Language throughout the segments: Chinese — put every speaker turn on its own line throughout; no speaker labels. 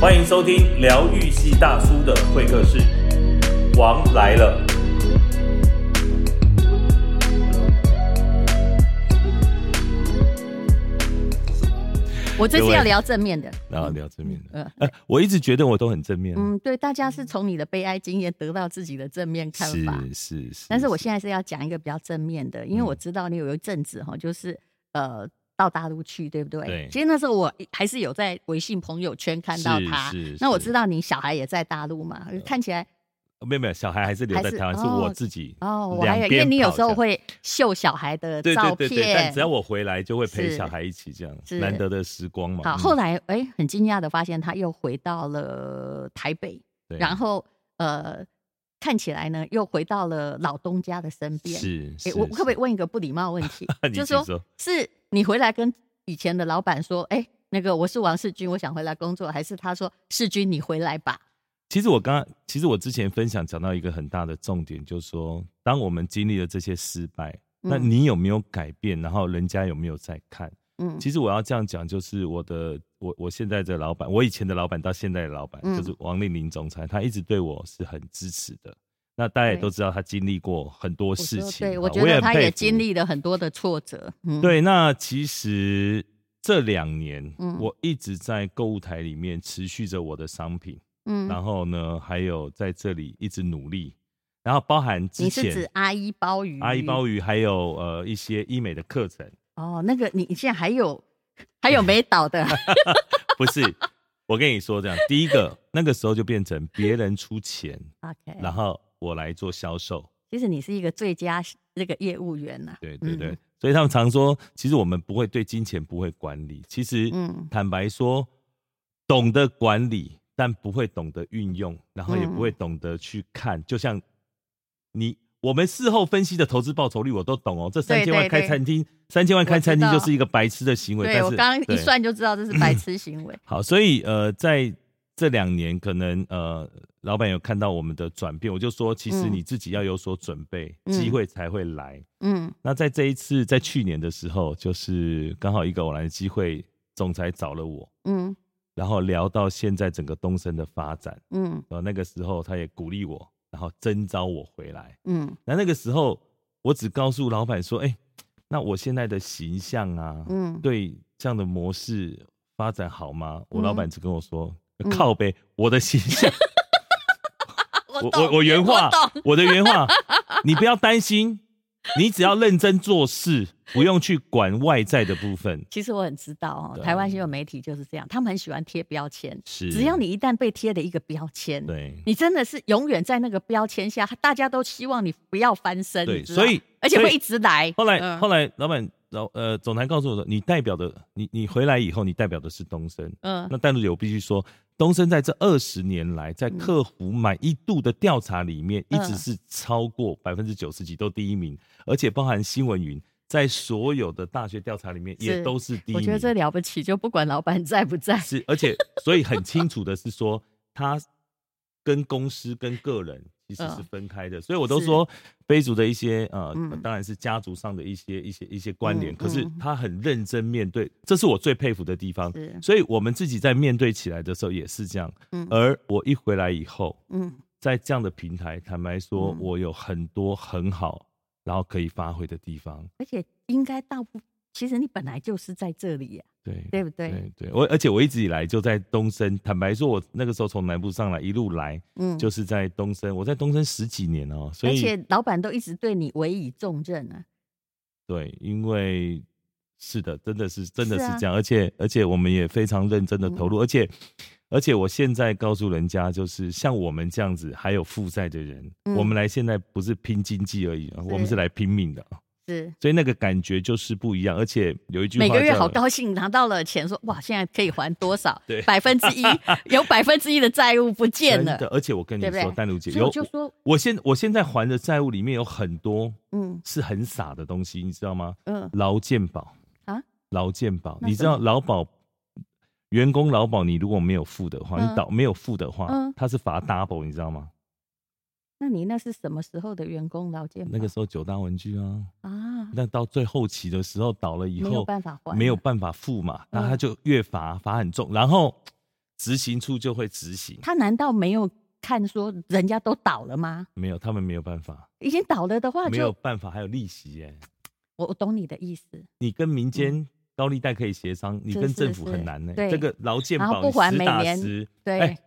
欢迎收听疗愈系大叔的会客室，王来了。
我这次
各位
要聊正面的，
然后聊正面的，
嗯
呃，我一直觉得我都很正面，
嗯，对，大家是从你的悲哀经验得到自己的正面看
是
法。
是是。
但是我现在是要讲一个比较正面的，因为
嗯
我知道你有一阵子哈，就是呃到大陆去，对不对？
对
其实那时候我还是有在微信朋友圈看到
是
他
是。嗯
那我
是
知道你小孩也在大陆嘛，看起来
在没有没有，小孩还是留在
还是
台湾，是
哦
我自己
哦，我还有，
两
因
边
为你有
跑
时候
这样
会秀小孩的
对
照
对
片，
对对，但只要我回来就会陪
是
小孩一起这样，
是
难得的时光嘛。
好，
嗯
后来哎、很惊讶的发现他又回到了台北，
对
然后呃，看起来呢又回到了老东家的身边。
是，
哎、
是
我我可不可以
是？
问一个不礼貌的问题
你
就是
请
说
说
是你回来跟以前的老板说，哎、那个我是王世军，我想回来工作，还是他说世军你回来吧？
其实我刚刚，其实我之前分享讲到一个很大的重点，就是说，当我们经历了这些失败，那
嗯
你有没有改变？然后人家有没有在看？
嗯
其实我要这样讲，就是我的，我我现在的老板，我以前的老板到现在的老板，
嗯
就是王令林总裁，他一直对我是很支持的。那大家也
对
都知道，他经历过很多
我
事
说
情，
对，
啊
我觉得
很
他
佩
也
服
经历了很多的挫折。嗯，
对，那其实这两年，
嗯
我一直在购物台里面持续着我的商品，
嗯，
然后呢，还有在这里一直努力，然后包含之
你是
前
指阿姨包鱼？
阿姨包鱼，还有呃一些医美的课程，
哦，那个你你现在还有还有没倒 的？
不是。我跟你说，这样第一个那个时候就变成别人出钱，
OK，
然后我来做销售，
其实你是一个最佳那个业务员呐、
对对对，
嗯
所以他们常说，其实我们不会对金钱不会管理，其实
嗯
坦白说，懂得管理，但不会懂得运用，然后也
嗯
不会懂得去看，就像你。我们事后分析的投资报酬率我都懂哦，这三
对
千万
对
开
对
餐厅，三千万开餐厅
我知
就
道
是一个白痴的行为。
对
但
我
是
刚刚
对。
一算就知道这是白痴行为
好，所以呃，在这两年，可能呃，老板有看到我们的转变，我就说，其实
嗯
你自己要有所准备，
嗯
机、会才会来。
嗯
那在这一次，在去年的时候，就是刚好一个偶然的机会，总裁找了我，
嗯
然后聊到现在整个东升的发展，
嗯
然后那个时候他也鼓励我，然后征召我回来。
嗯
那那个时候，我只告诉老板说，哎、那我现在的形象啊，
嗯，
对这样的模式发展好吗？我
嗯
老板只跟我说，
嗯
靠呗，我的 形象，
我
我
懂
我我原话
我 懂，
我的原话，你不要担心，你只要认真做事，不用去管外在的部分。
其实我很知道哦，
对
台湾新闻媒体就是这样，他们很喜欢贴标签。
是，
只要你一旦被贴了一个标签，
对
你真的是永远在那个标签下，大家都希望你不要翻身。
对
你知道
所以
而且
所以
会一直来。
后来、
嗯
后来老板老呃总裁告诉我说，你代表的你你回来以后，你代表的是东升。
嗯
那但是我必须说，东升在这二十年来，在客服满意度的调查里面，一
嗯
直是超过百分之九十几，都第一名，而且包含新闻云在所有的大学调查里面也
是
都是第一名。
我觉得这了不起，就不管老板在不 在，
是，而且所以很清楚的是说，他跟公司跟个人其实是
嗯
分开的，所以我都
是
说杯族的一些呃，
嗯
当然是家族上的一些一些一些关联，
嗯
可是
嗯
他很认真面对，这是我最佩服的地方。
是
所以我们自己在面对起来的时候也是这样，
嗯
而我一回来以后，
嗯
在这样的平台，坦白说，
嗯
我有很多很好，然后可以发挥的地方。
而且应该大部，其实你本来就是在这里呀、
对，
对不对？
对对，我而且我一直以来就在东升。坦白说，我那个时候从南部上来，一路来
嗯，
就是在东升。我在东升十几年哦、所
而
以
且老板都一直对你委以重任啊。
对，因为是的，真的是真的是
是啊嗯
这样，而且而且我们也非常认真的投入，而且而且我现在告诉人家，就是像我们这样子还有负债的人，
嗯
我们来现在不是拼经济而已，啊我们是来拼命的，啊
是
所以那个感觉就是不一样。而且有一句话
每个月
叫
好高兴拿到了钱说，哇，现在可以还多少？
对
百分之一有百分之一的债务不见
真的
了。
而且我跟你
对不对
说，丹如姐，
所以
有
我就说，
我现我现在还的债务里面有很多
嗯
是很傻的东西，你知道吗？
嗯，
劳健保
啊，
劳健保，
那
你
什
知道
么
劳保员工劳保，你如果没有付的话，你
嗯
倒没有付的话，
嗯
他是罚 double，你知道吗？
那你那是什么时候的员工劳健保？
那个时候九大文具啊，
啊，
那到最后期的时候倒了以
没有
后，
办法还，
没有办法付嘛，那
嗯
他就越罚罚很重，然后执行处就会执行，
他难道没有看说人家都倒了吗？
没有他们没有办法，
已经倒了的话
没有
就，
办法，还有利息耶。
我我懂你的意思。
你跟民间高利贷可以协商，
嗯
你
是
跟
是
政府
是
很难呢。
对
这个劳健
然后
保
不还
你实
每
打
年
实，
对，
哎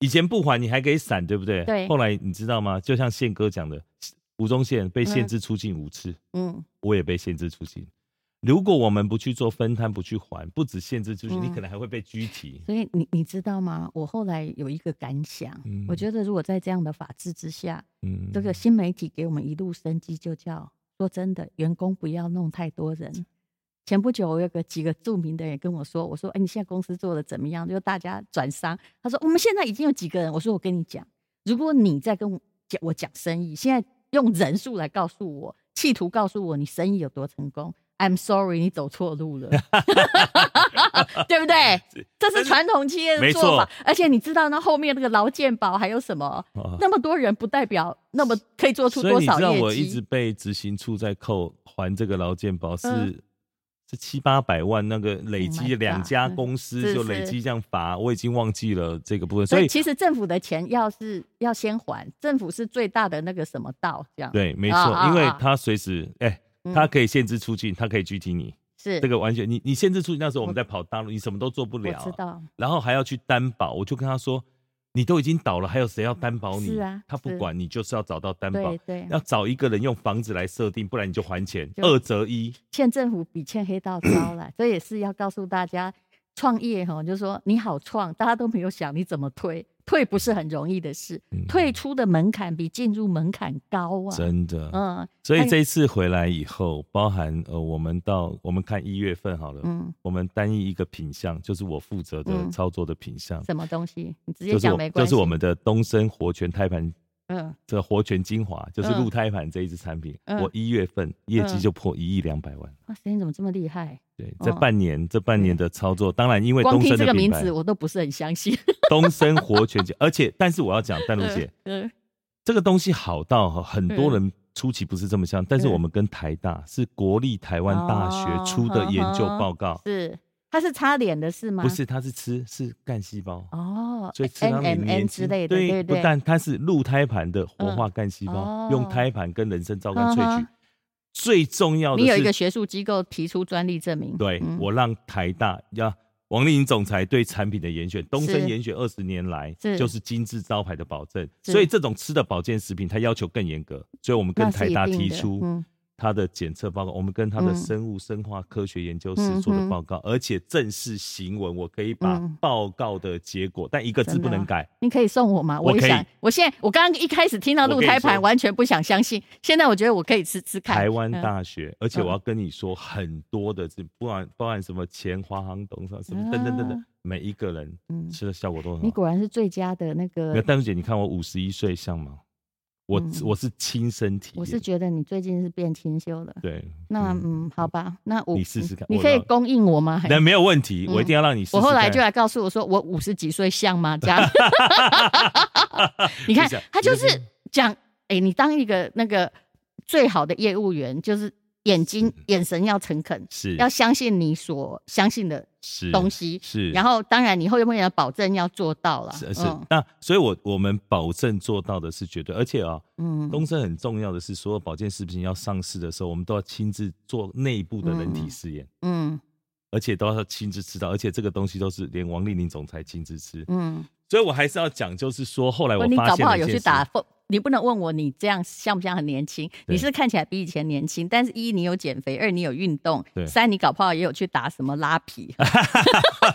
以前不还你还可以闪，对不对？
对
后来你知道吗？就像宪哥讲的，吴宗宪被限制出境五次，
嗯，
我也被限制出境。如果我们不去做分摊，不去还，不止限制出境，
嗯
你可能还会被拘 提。
所以你你知道吗？我后来有一个感想，
嗯
我觉得如果在这样的法治之下，
嗯，
这个新媒体给我们一路生机，就叫说真的，员工不要弄太多人。前不久，我有个几个著名的人跟我说，我说：“哎，你现在公司做的怎么样？”就大家转商，他说：“我们现在已经有几个人。”我说：“我跟你讲，如果你在跟我讲我讲生意，现在用人数来告诉我，企图告诉我你生意有多成功，I'm sorry，你走错路 了，对不对？这是传统企业的
没
做法
错，
而且你知道那后面那个劳健保还有什么？
啊
那么多人不代表那么可以做出
所以
多
你
少
知道
业
我一直
绩。
被执行处在扣还这个劳健保是、
嗯
是七八百万，那个累
Oh my
积
God，
两家
嗯
公司
是
就累
是
积这样罚，我已经忘记了这 个部分，
所
所
以
以
其实政府的钱要是要先还，政府是最大的那个什么道这样。，
对，没
啊
错，
啊
因为
啊
他随时哎，
嗯
他可以限制出境，他可以拘提你，
是
这个完全你你限制出境那时候
嗯
我们在跑大陆，你什么都做不
我
了
知
啊，
道。
然后还要去担保，我就跟他说，你都已经倒了，还有谁要担保你？
是啊
他不
是
管你，就是要找到担保
对，对，
要找一个人用房子来设定，不然你就还钱，
就
二择一。
欠政府比欠黑道高了， 这也是要告诉大家，创业哈，就是说你好创，大家都没有想你怎么退，退不是很容易的事，
嗯
退出的门槛比进入门槛高啊。
真的，
嗯
所以
哎
这一次回来以后，包含呃，我们到我们看一月份好了，
嗯，
我们单一一个品项，就是我负责的
嗯
操作的品项，
什么东西？你直接
就是
讲
我
没
就
关系。
是我们的东升活泉胎盘，
嗯，
这个活泉精华就是
嗯
鹿胎盘这一支产品，
嗯
我一月份业绩
嗯
就破一亿两百万。
哇塞，啊你怎么这么厉害？
对，
哦
这半年、这半年的操作，当然因为
光
东
听
升
这
的
个
品
名
牌
字，我都不是很相 信。
东升活泉精，而且但是我要讲，淡如姐，
嗯，
这个东西好到哈，很多人初期不是这么想，但是
嗯
我们跟台大是国立台湾大
哦
学出的研究报告，
是，他是擦脸的是吗？
不是它是吃是干细胞，
啊哦
所以吃
，N
让你
M N
年轻
之类的，
对，
对
不但它是鹿胎盘的活化干细
嗯
胞
哦，
用胎盘跟人参皂苷萃
嗯
取
哼，
最重要的
你有一个
是，
学术机构提出专利证明，
对
嗯
我让台大要。王丽颖总裁对产品的严选，东
是
升严选二十年来
是
就是金字招牌的保证，
是
所以这种吃的保健食品，它要求更严格，所以我们跟
那是
台
一
大
定
提
的
出，
嗯
它的检测报告，我们跟它的
嗯
生物生化科学研究室做
嗯
的
哼
报告，而且正式行文，我可以把
嗯
报告的结果，但一个字
真的
不能
啊
改。
你可以送我吗？
我
我也
可以
想，我现在我刚刚一开始听到
我
鹿
跟你
胎盘，
说
完全不想相信。现在我觉得我可以吃吃看。
台湾
嗯
大学，而且
嗯
我要跟你说，很多的这，不管包含什么前华航董事长什么等等等等
啊，
每一个人
嗯
吃的效果都很
你
好。
果然是最佳的那
那
个，
丹如姐，你看我五十一岁像吗？我
嗯
我是亲身体
我是
验，
觉得你最近是变清秀了。
对，
那
嗯
嗯，好吧，那我嗯
你试试看
你
我
可以
让
供应我吗？还
那没有问题，我一
嗯
定要让你试试
我
看。
后来就来告诉我说，我五十几岁像吗？这 样，你看
不是啊
他就
你
是
是
讲，哎、你当一个那个最好的业务员，就是眼睛眼神要诚恳，
嗯是
要相信你所相信的
是啊
东西，
是，
然嗯后当然你后面要保证要做到了，
是是，啊那所以我，我们保证做到的是绝对，而且啊、
嗯
东升很重要的是，所有保健食品要上市的时候，我们都要亲自做内部的人体试验，
嗯
而且都要亲自吃到，而且这个东西都是连王丽玲总裁亲自吃，
嗯，
所以我还是要讲，就是说后来我
哦你
发
搞不
现
好
了一
有
件
去
事，
打风。你不能问我你这样像不像很年轻？
对
你是看起来比以前年轻，但是一你有减肥，二你有运动
对，
三你搞不好也有去打什么拉 皮。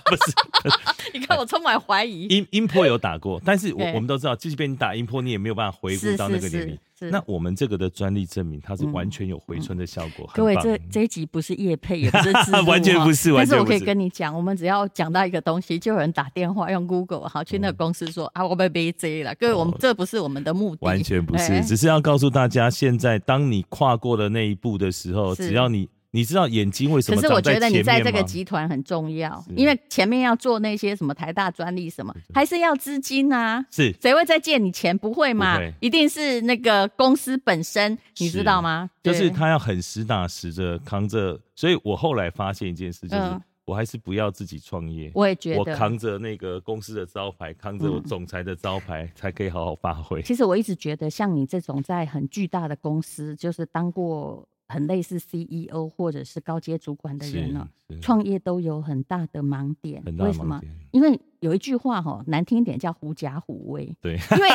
不是
你看我充满怀疑。
音音波有打 过，但是我
对
我们都知道，即便你打音波，你也没有办法回顾
是
到那
是
个年龄
是。是，
那我们这个的专利证明，它是
嗯
完全有回春的效果，很
各位，嗯
棒欸
这这一集不是叶配，也不是 自啊
完全不是完
但是
全
我
不
可以
是
跟你讲，我们只要讲到一个东西，就有人打电话用 Google 好去那个公司说、啊，我被 BJ 了。各位，我们、
嗯哦
这不是我们的目的，
完全不是，
哎
只是要告诉大家，现在当你跨过了那一步的时候，
是
只要你你知道眼睛为什
可
么
是
长
我觉
在
得
前
你
面
在这个
吗
集团很重要
是，
因为前面要做那些什么台大专利什么，还是要资金啊。
是
谁会再借你钱？不会嘛
不会，
一定是那个公司本身，你
是
知道吗？
就是
对
他要很实打实的扛着，所以我后来发现一件事，就是
嗯
我还是不要自己创业。
我也觉
我
得，
扛着那个公司的招牌，扛着我
嗯
总裁的招牌，才可以好好发挥。
其实我一直觉得，像你这种在很巨大的公司，就是当过很类似 CEO 或者是高阶主 管的
是
人呢、哦
是
创业都有很大的盲点。
很大的
为什
盲
么？
点。
因为有一句话哈、难听一点叫“狐假虎威”。
对，嗯
因为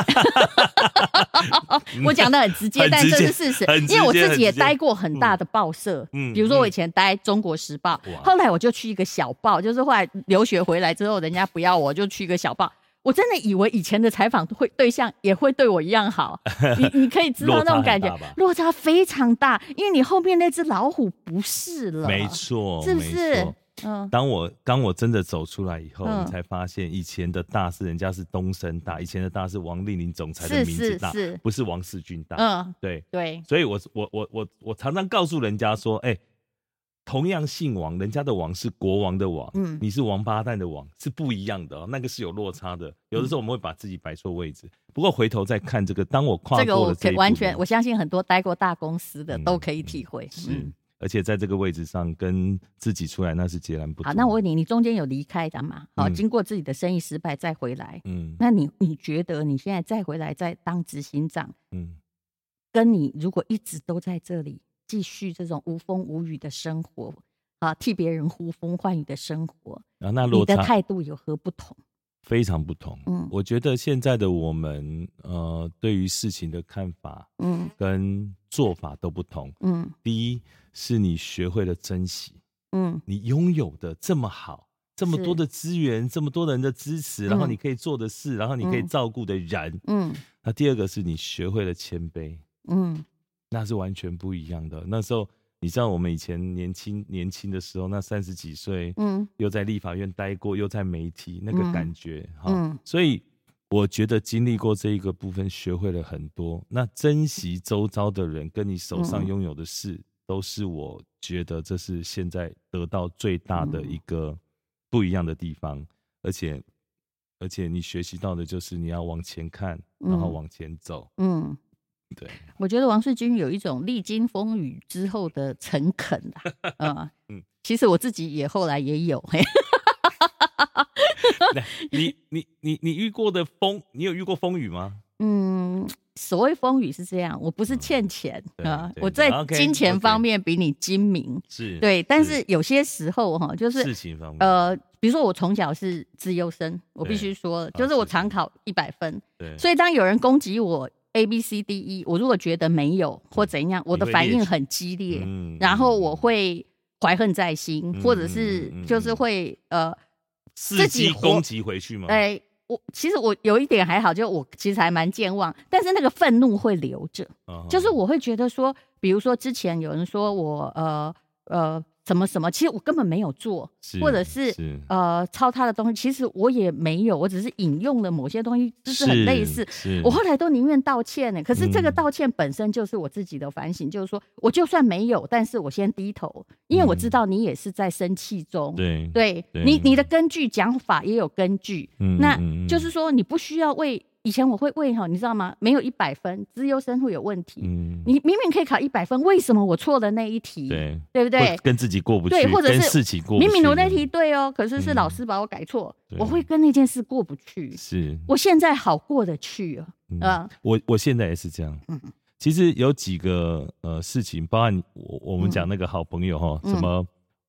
我讲的很直接，
很
但
直
这
接
是事实
很。直
因为我
接
自
很
己也
直接
待过很大的报社，
嗯
比如说我以
嗯
前待《中国时报》
哇
后来我就去一个小报，就是后来留学回来之后，人家不要我，就去一个小报。我真的以为以前的采访会对象也会对我一样 好，你你可以知道那种感觉
落差很大吧，
落差非常大，因为你后面那只老虎不是了，
没，错，
是不
没
是
错？
嗯，
当我当我真的走出来以后，
嗯
你才发现以前的大是人家是东升大，以前的大是王丽玲总裁
是
的名字
是
大，啊
是，
不是王世军大。
嗯，
对，
对，
所以我我我我我常常告诉人家说，哎、同样姓王，人家的王是国王的王，
嗯
你是王八蛋的王，是不一样的哦，那个是有落差的。有
嗯
的时候我们会把自己摆错位置，不过回头再看这个，当我跨
这个
过
我
了
可
这
以
一
完
步
全，我相信很多待过大公司的
嗯
都可以体会。
是
嗯，，
而且在这个位置上跟自己出来那是截然不同。
好，那我问你，你中间有离开的嘛？好，
嗯
经过自己的生意失败再回来，
嗯
那你你觉得你现在再回来再当执行长，
嗯，
跟你如果一直都在这里继续这种无风无雨的生活啊，替别人呼风唤雨的生活，
然后那
你
落
的
差
态度有何不同？
非常不同。
嗯
我觉得现在的我们，呃，对于事情的看法
嗯
跟做法都不同。
嗯
第一是你学会了珍惜，
嗯
你拥有的这么好，这么
是
多的资源，这么多人的支持，然后
嗯
你可以做的事，然后你可以
嗯
照顾的人。
嗯
那第二个是你学会了谦卑，
嗯
那是完全不一样的。那时候你知道，我们以前年轻年轻的时候，那三十几岁，
嗯
又在立法院待过，又在媒体，那个
嗯
感觉哈、
嗯
所以我觉得经历过这一个部分，学会了很多。那珍惜周遭的人，跟你手上
嗯
拥有的事，都是我觉得这是现在得到最大的
嗯
一个不一样的地方。而且，而且你学习到的就是你要往前看，然后
嗯
往前走。
嗯，
对，
我觉得王世军有一种历经风雨之后的诚恳啦、啊。嗯
嗯，
其实我自己也后来也有，嘿，
那你你你你遇过的风，你有遇过风雨吗？
嗯，所谓风雨是这样，我不是欠钱
嗯对
啊，
对
我在
，OK，
金钱
OK
方面比你精明，
是，
对，但是有些时候哈，就是
事情方面，
呃，比如说我从小是自优生，我必
对
须说，
啊
就是我
是
常考一百分，
对，
所以当有人攻击我 A B C D E，我如果觉得没有或怎样，我
嗯你
的
会
反
列
应
举
很激烈，
嗯
然后
嗯
我会怀恨在心，
嗯
或者是
嗯嗯嗯
就是
嗯
会呃，
自
己
己
活
攻击回去吗？
哎、我其实我有一点还好，就我其实还蛮健忘，但是那个愤怒会留着。
嗯哼，
就是我会觉得说，比如说之前有人说我呃呃什么什么，其实我根本没有做，或者是呃抄他的东西，其实我也没有，我只是引用了某些东西，就是很类似。
是
我后来都宁愿道歉呢，可是这个
嗯
道歉本身就是我自己的反省，就是说我就算没有，但是我先低头，因为我知
嗯
道你也是在生气中，
对，
对
对
你你的根据讲法也有根据，
嗯
那
嗯嗯
就是说你不需要为以前我会为哈，你知道吗？没有一百分，资优生会有问题，
嗯，
你明明可以考一百分，为什么我错的那一题？，
对
不
会
对？
跟自己过不去，
对或者
跟
是
事情过不去
明
的，
明我那题对哦，可是是
嗯
老师把我改错，
对
我会跟那件事过不去。
是
我现在好过得去啊，
嗯
啊
我我现在也是这样
嗯。
其实有几个呃事情，包含我我们讲那个好朋友哈，
嗯
什么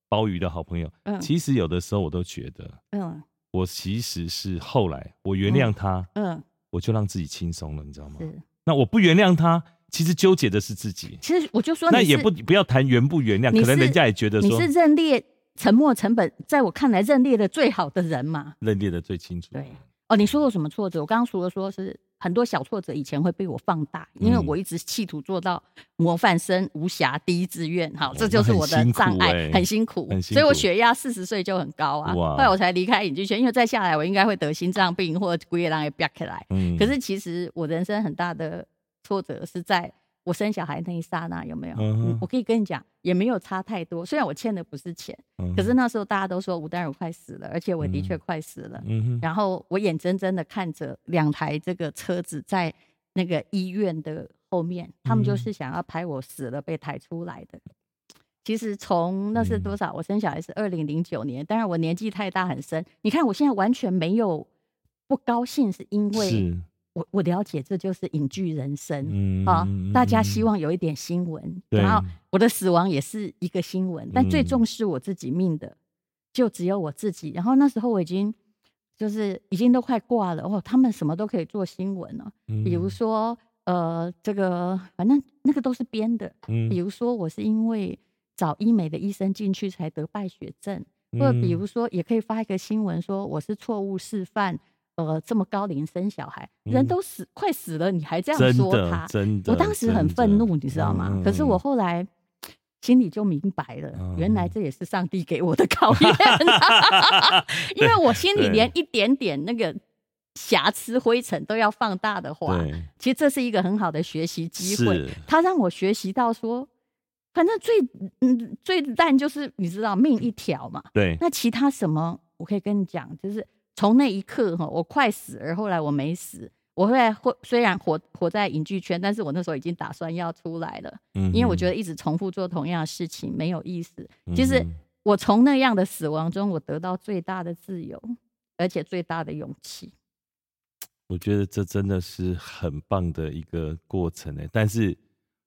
鲍鱼的好朋友，
嗯
其实有的时候我都觉得，
嗯
我其实是后来我原谅他，
嗯，
我就让自己轻松了，你知道吗？
是。
那我不原谅他，其实纠结的是自己。
其实我就说
那
你
也
是
不不要谈原不原谅，
你
可能
是
人家也觉得
你
说
是认列沉没成本，在我看来认列的最好的人嘛。
认列的最清楚。
对，哦，你说过什么挫折？我刚刚除了说是很多小挫折，以前会被我放大，因为
嗯
我一直企图做到模范生、无瑕、第一志愿，哈，这
哦
就
那
是
很
我的
辛苦
障碍，
欸
很辛苦，
很辛
所以我
苦
血压四十岁就很高啊，
哇
后来我才离开影剧圈，因为再下来我应该会得心脏病或者龟狼也飙起来。
嗯
可是其实我人生很大的挫折是在我生小孩那一刹那，有没有？
嗯哼
嗯我可以跟你讲，也没有差太多，虽然我欠的不是钱，
嗯
可是，那时候大家都说吴丹如快死了，而且我的确快死了。
嗯嗯哼，
然后我眼睁睁的看着两台这个车子在那
嗯
个医院的后面，他们就是想要拍我死了被抬出来的。其实从那是
嗯
多少？我生小孩是二零零九年，当然我年纪太大很深。你看我现在完全没有不高兴，是因为
是，
我我了解这就是隐居人生
嗯
啊、大家希
望，
望有一点新闻，
对
然后我的死亡也是一个新闻，但最
嗯
重视我自己命的就只有我自己。然后那时候我已经就是已经都快挂了哦，他们什么都可以做新闻了、
嗯
比如说呃，这个反正那个都是编的。
嗯，
比如说，我是因为找医美的医生进去才得败血症，或者呃比
嗯
如说，也可以发一个新闻说我是错误示范，呃，这么高龄生小孩，人
嗯
都死快死了，你还这
这
样说他
他，，真的，
我当时很
真
愤
的嗯
怒，你知道吗？可是我，后来。心里就明白了，原来
嗯
这也是上帝给我的考验啊、 因为我心里
对
连一点点那个瑕疵、灰尘都要放大的话，
对，
其实这是一个很好的学习机会
是，
它让我学习到说，反正最嗯最烂就是你知道命一条嘛，
对，
那其他什么我可以跟你讲，就是从那一刻哈，我快死了，而后来我没死。我后来活虽然活活在影剧圈，但是我那时候已经打算要出来了，
嗯
因为我觉得一直重复做同样的事情没有意思。
得
其实我从那样的死亡中，我得到最大的自由，而且最大的勇气。
我觉得这真的是很棒的一个过程诶，但是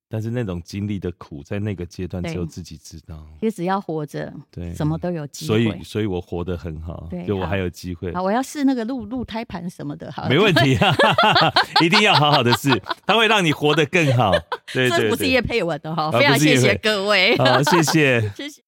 但是那种经历的苦，在那个阶段只有
对
自己知道，
其实只要活着，
对，
什么都有机
所
会。
以所以我活得很好
对，
就我
好
还有机会
好，，我要试那个鹿鹿胎盘什么的，好了，
没问题啊， 一定要好好的试，它会让你活得更好，对对
这
对，
不是叶佩文的哈，
啊
非常
不是叶
谢谢
佩啊
各位，
好，谢谢。
谢谢。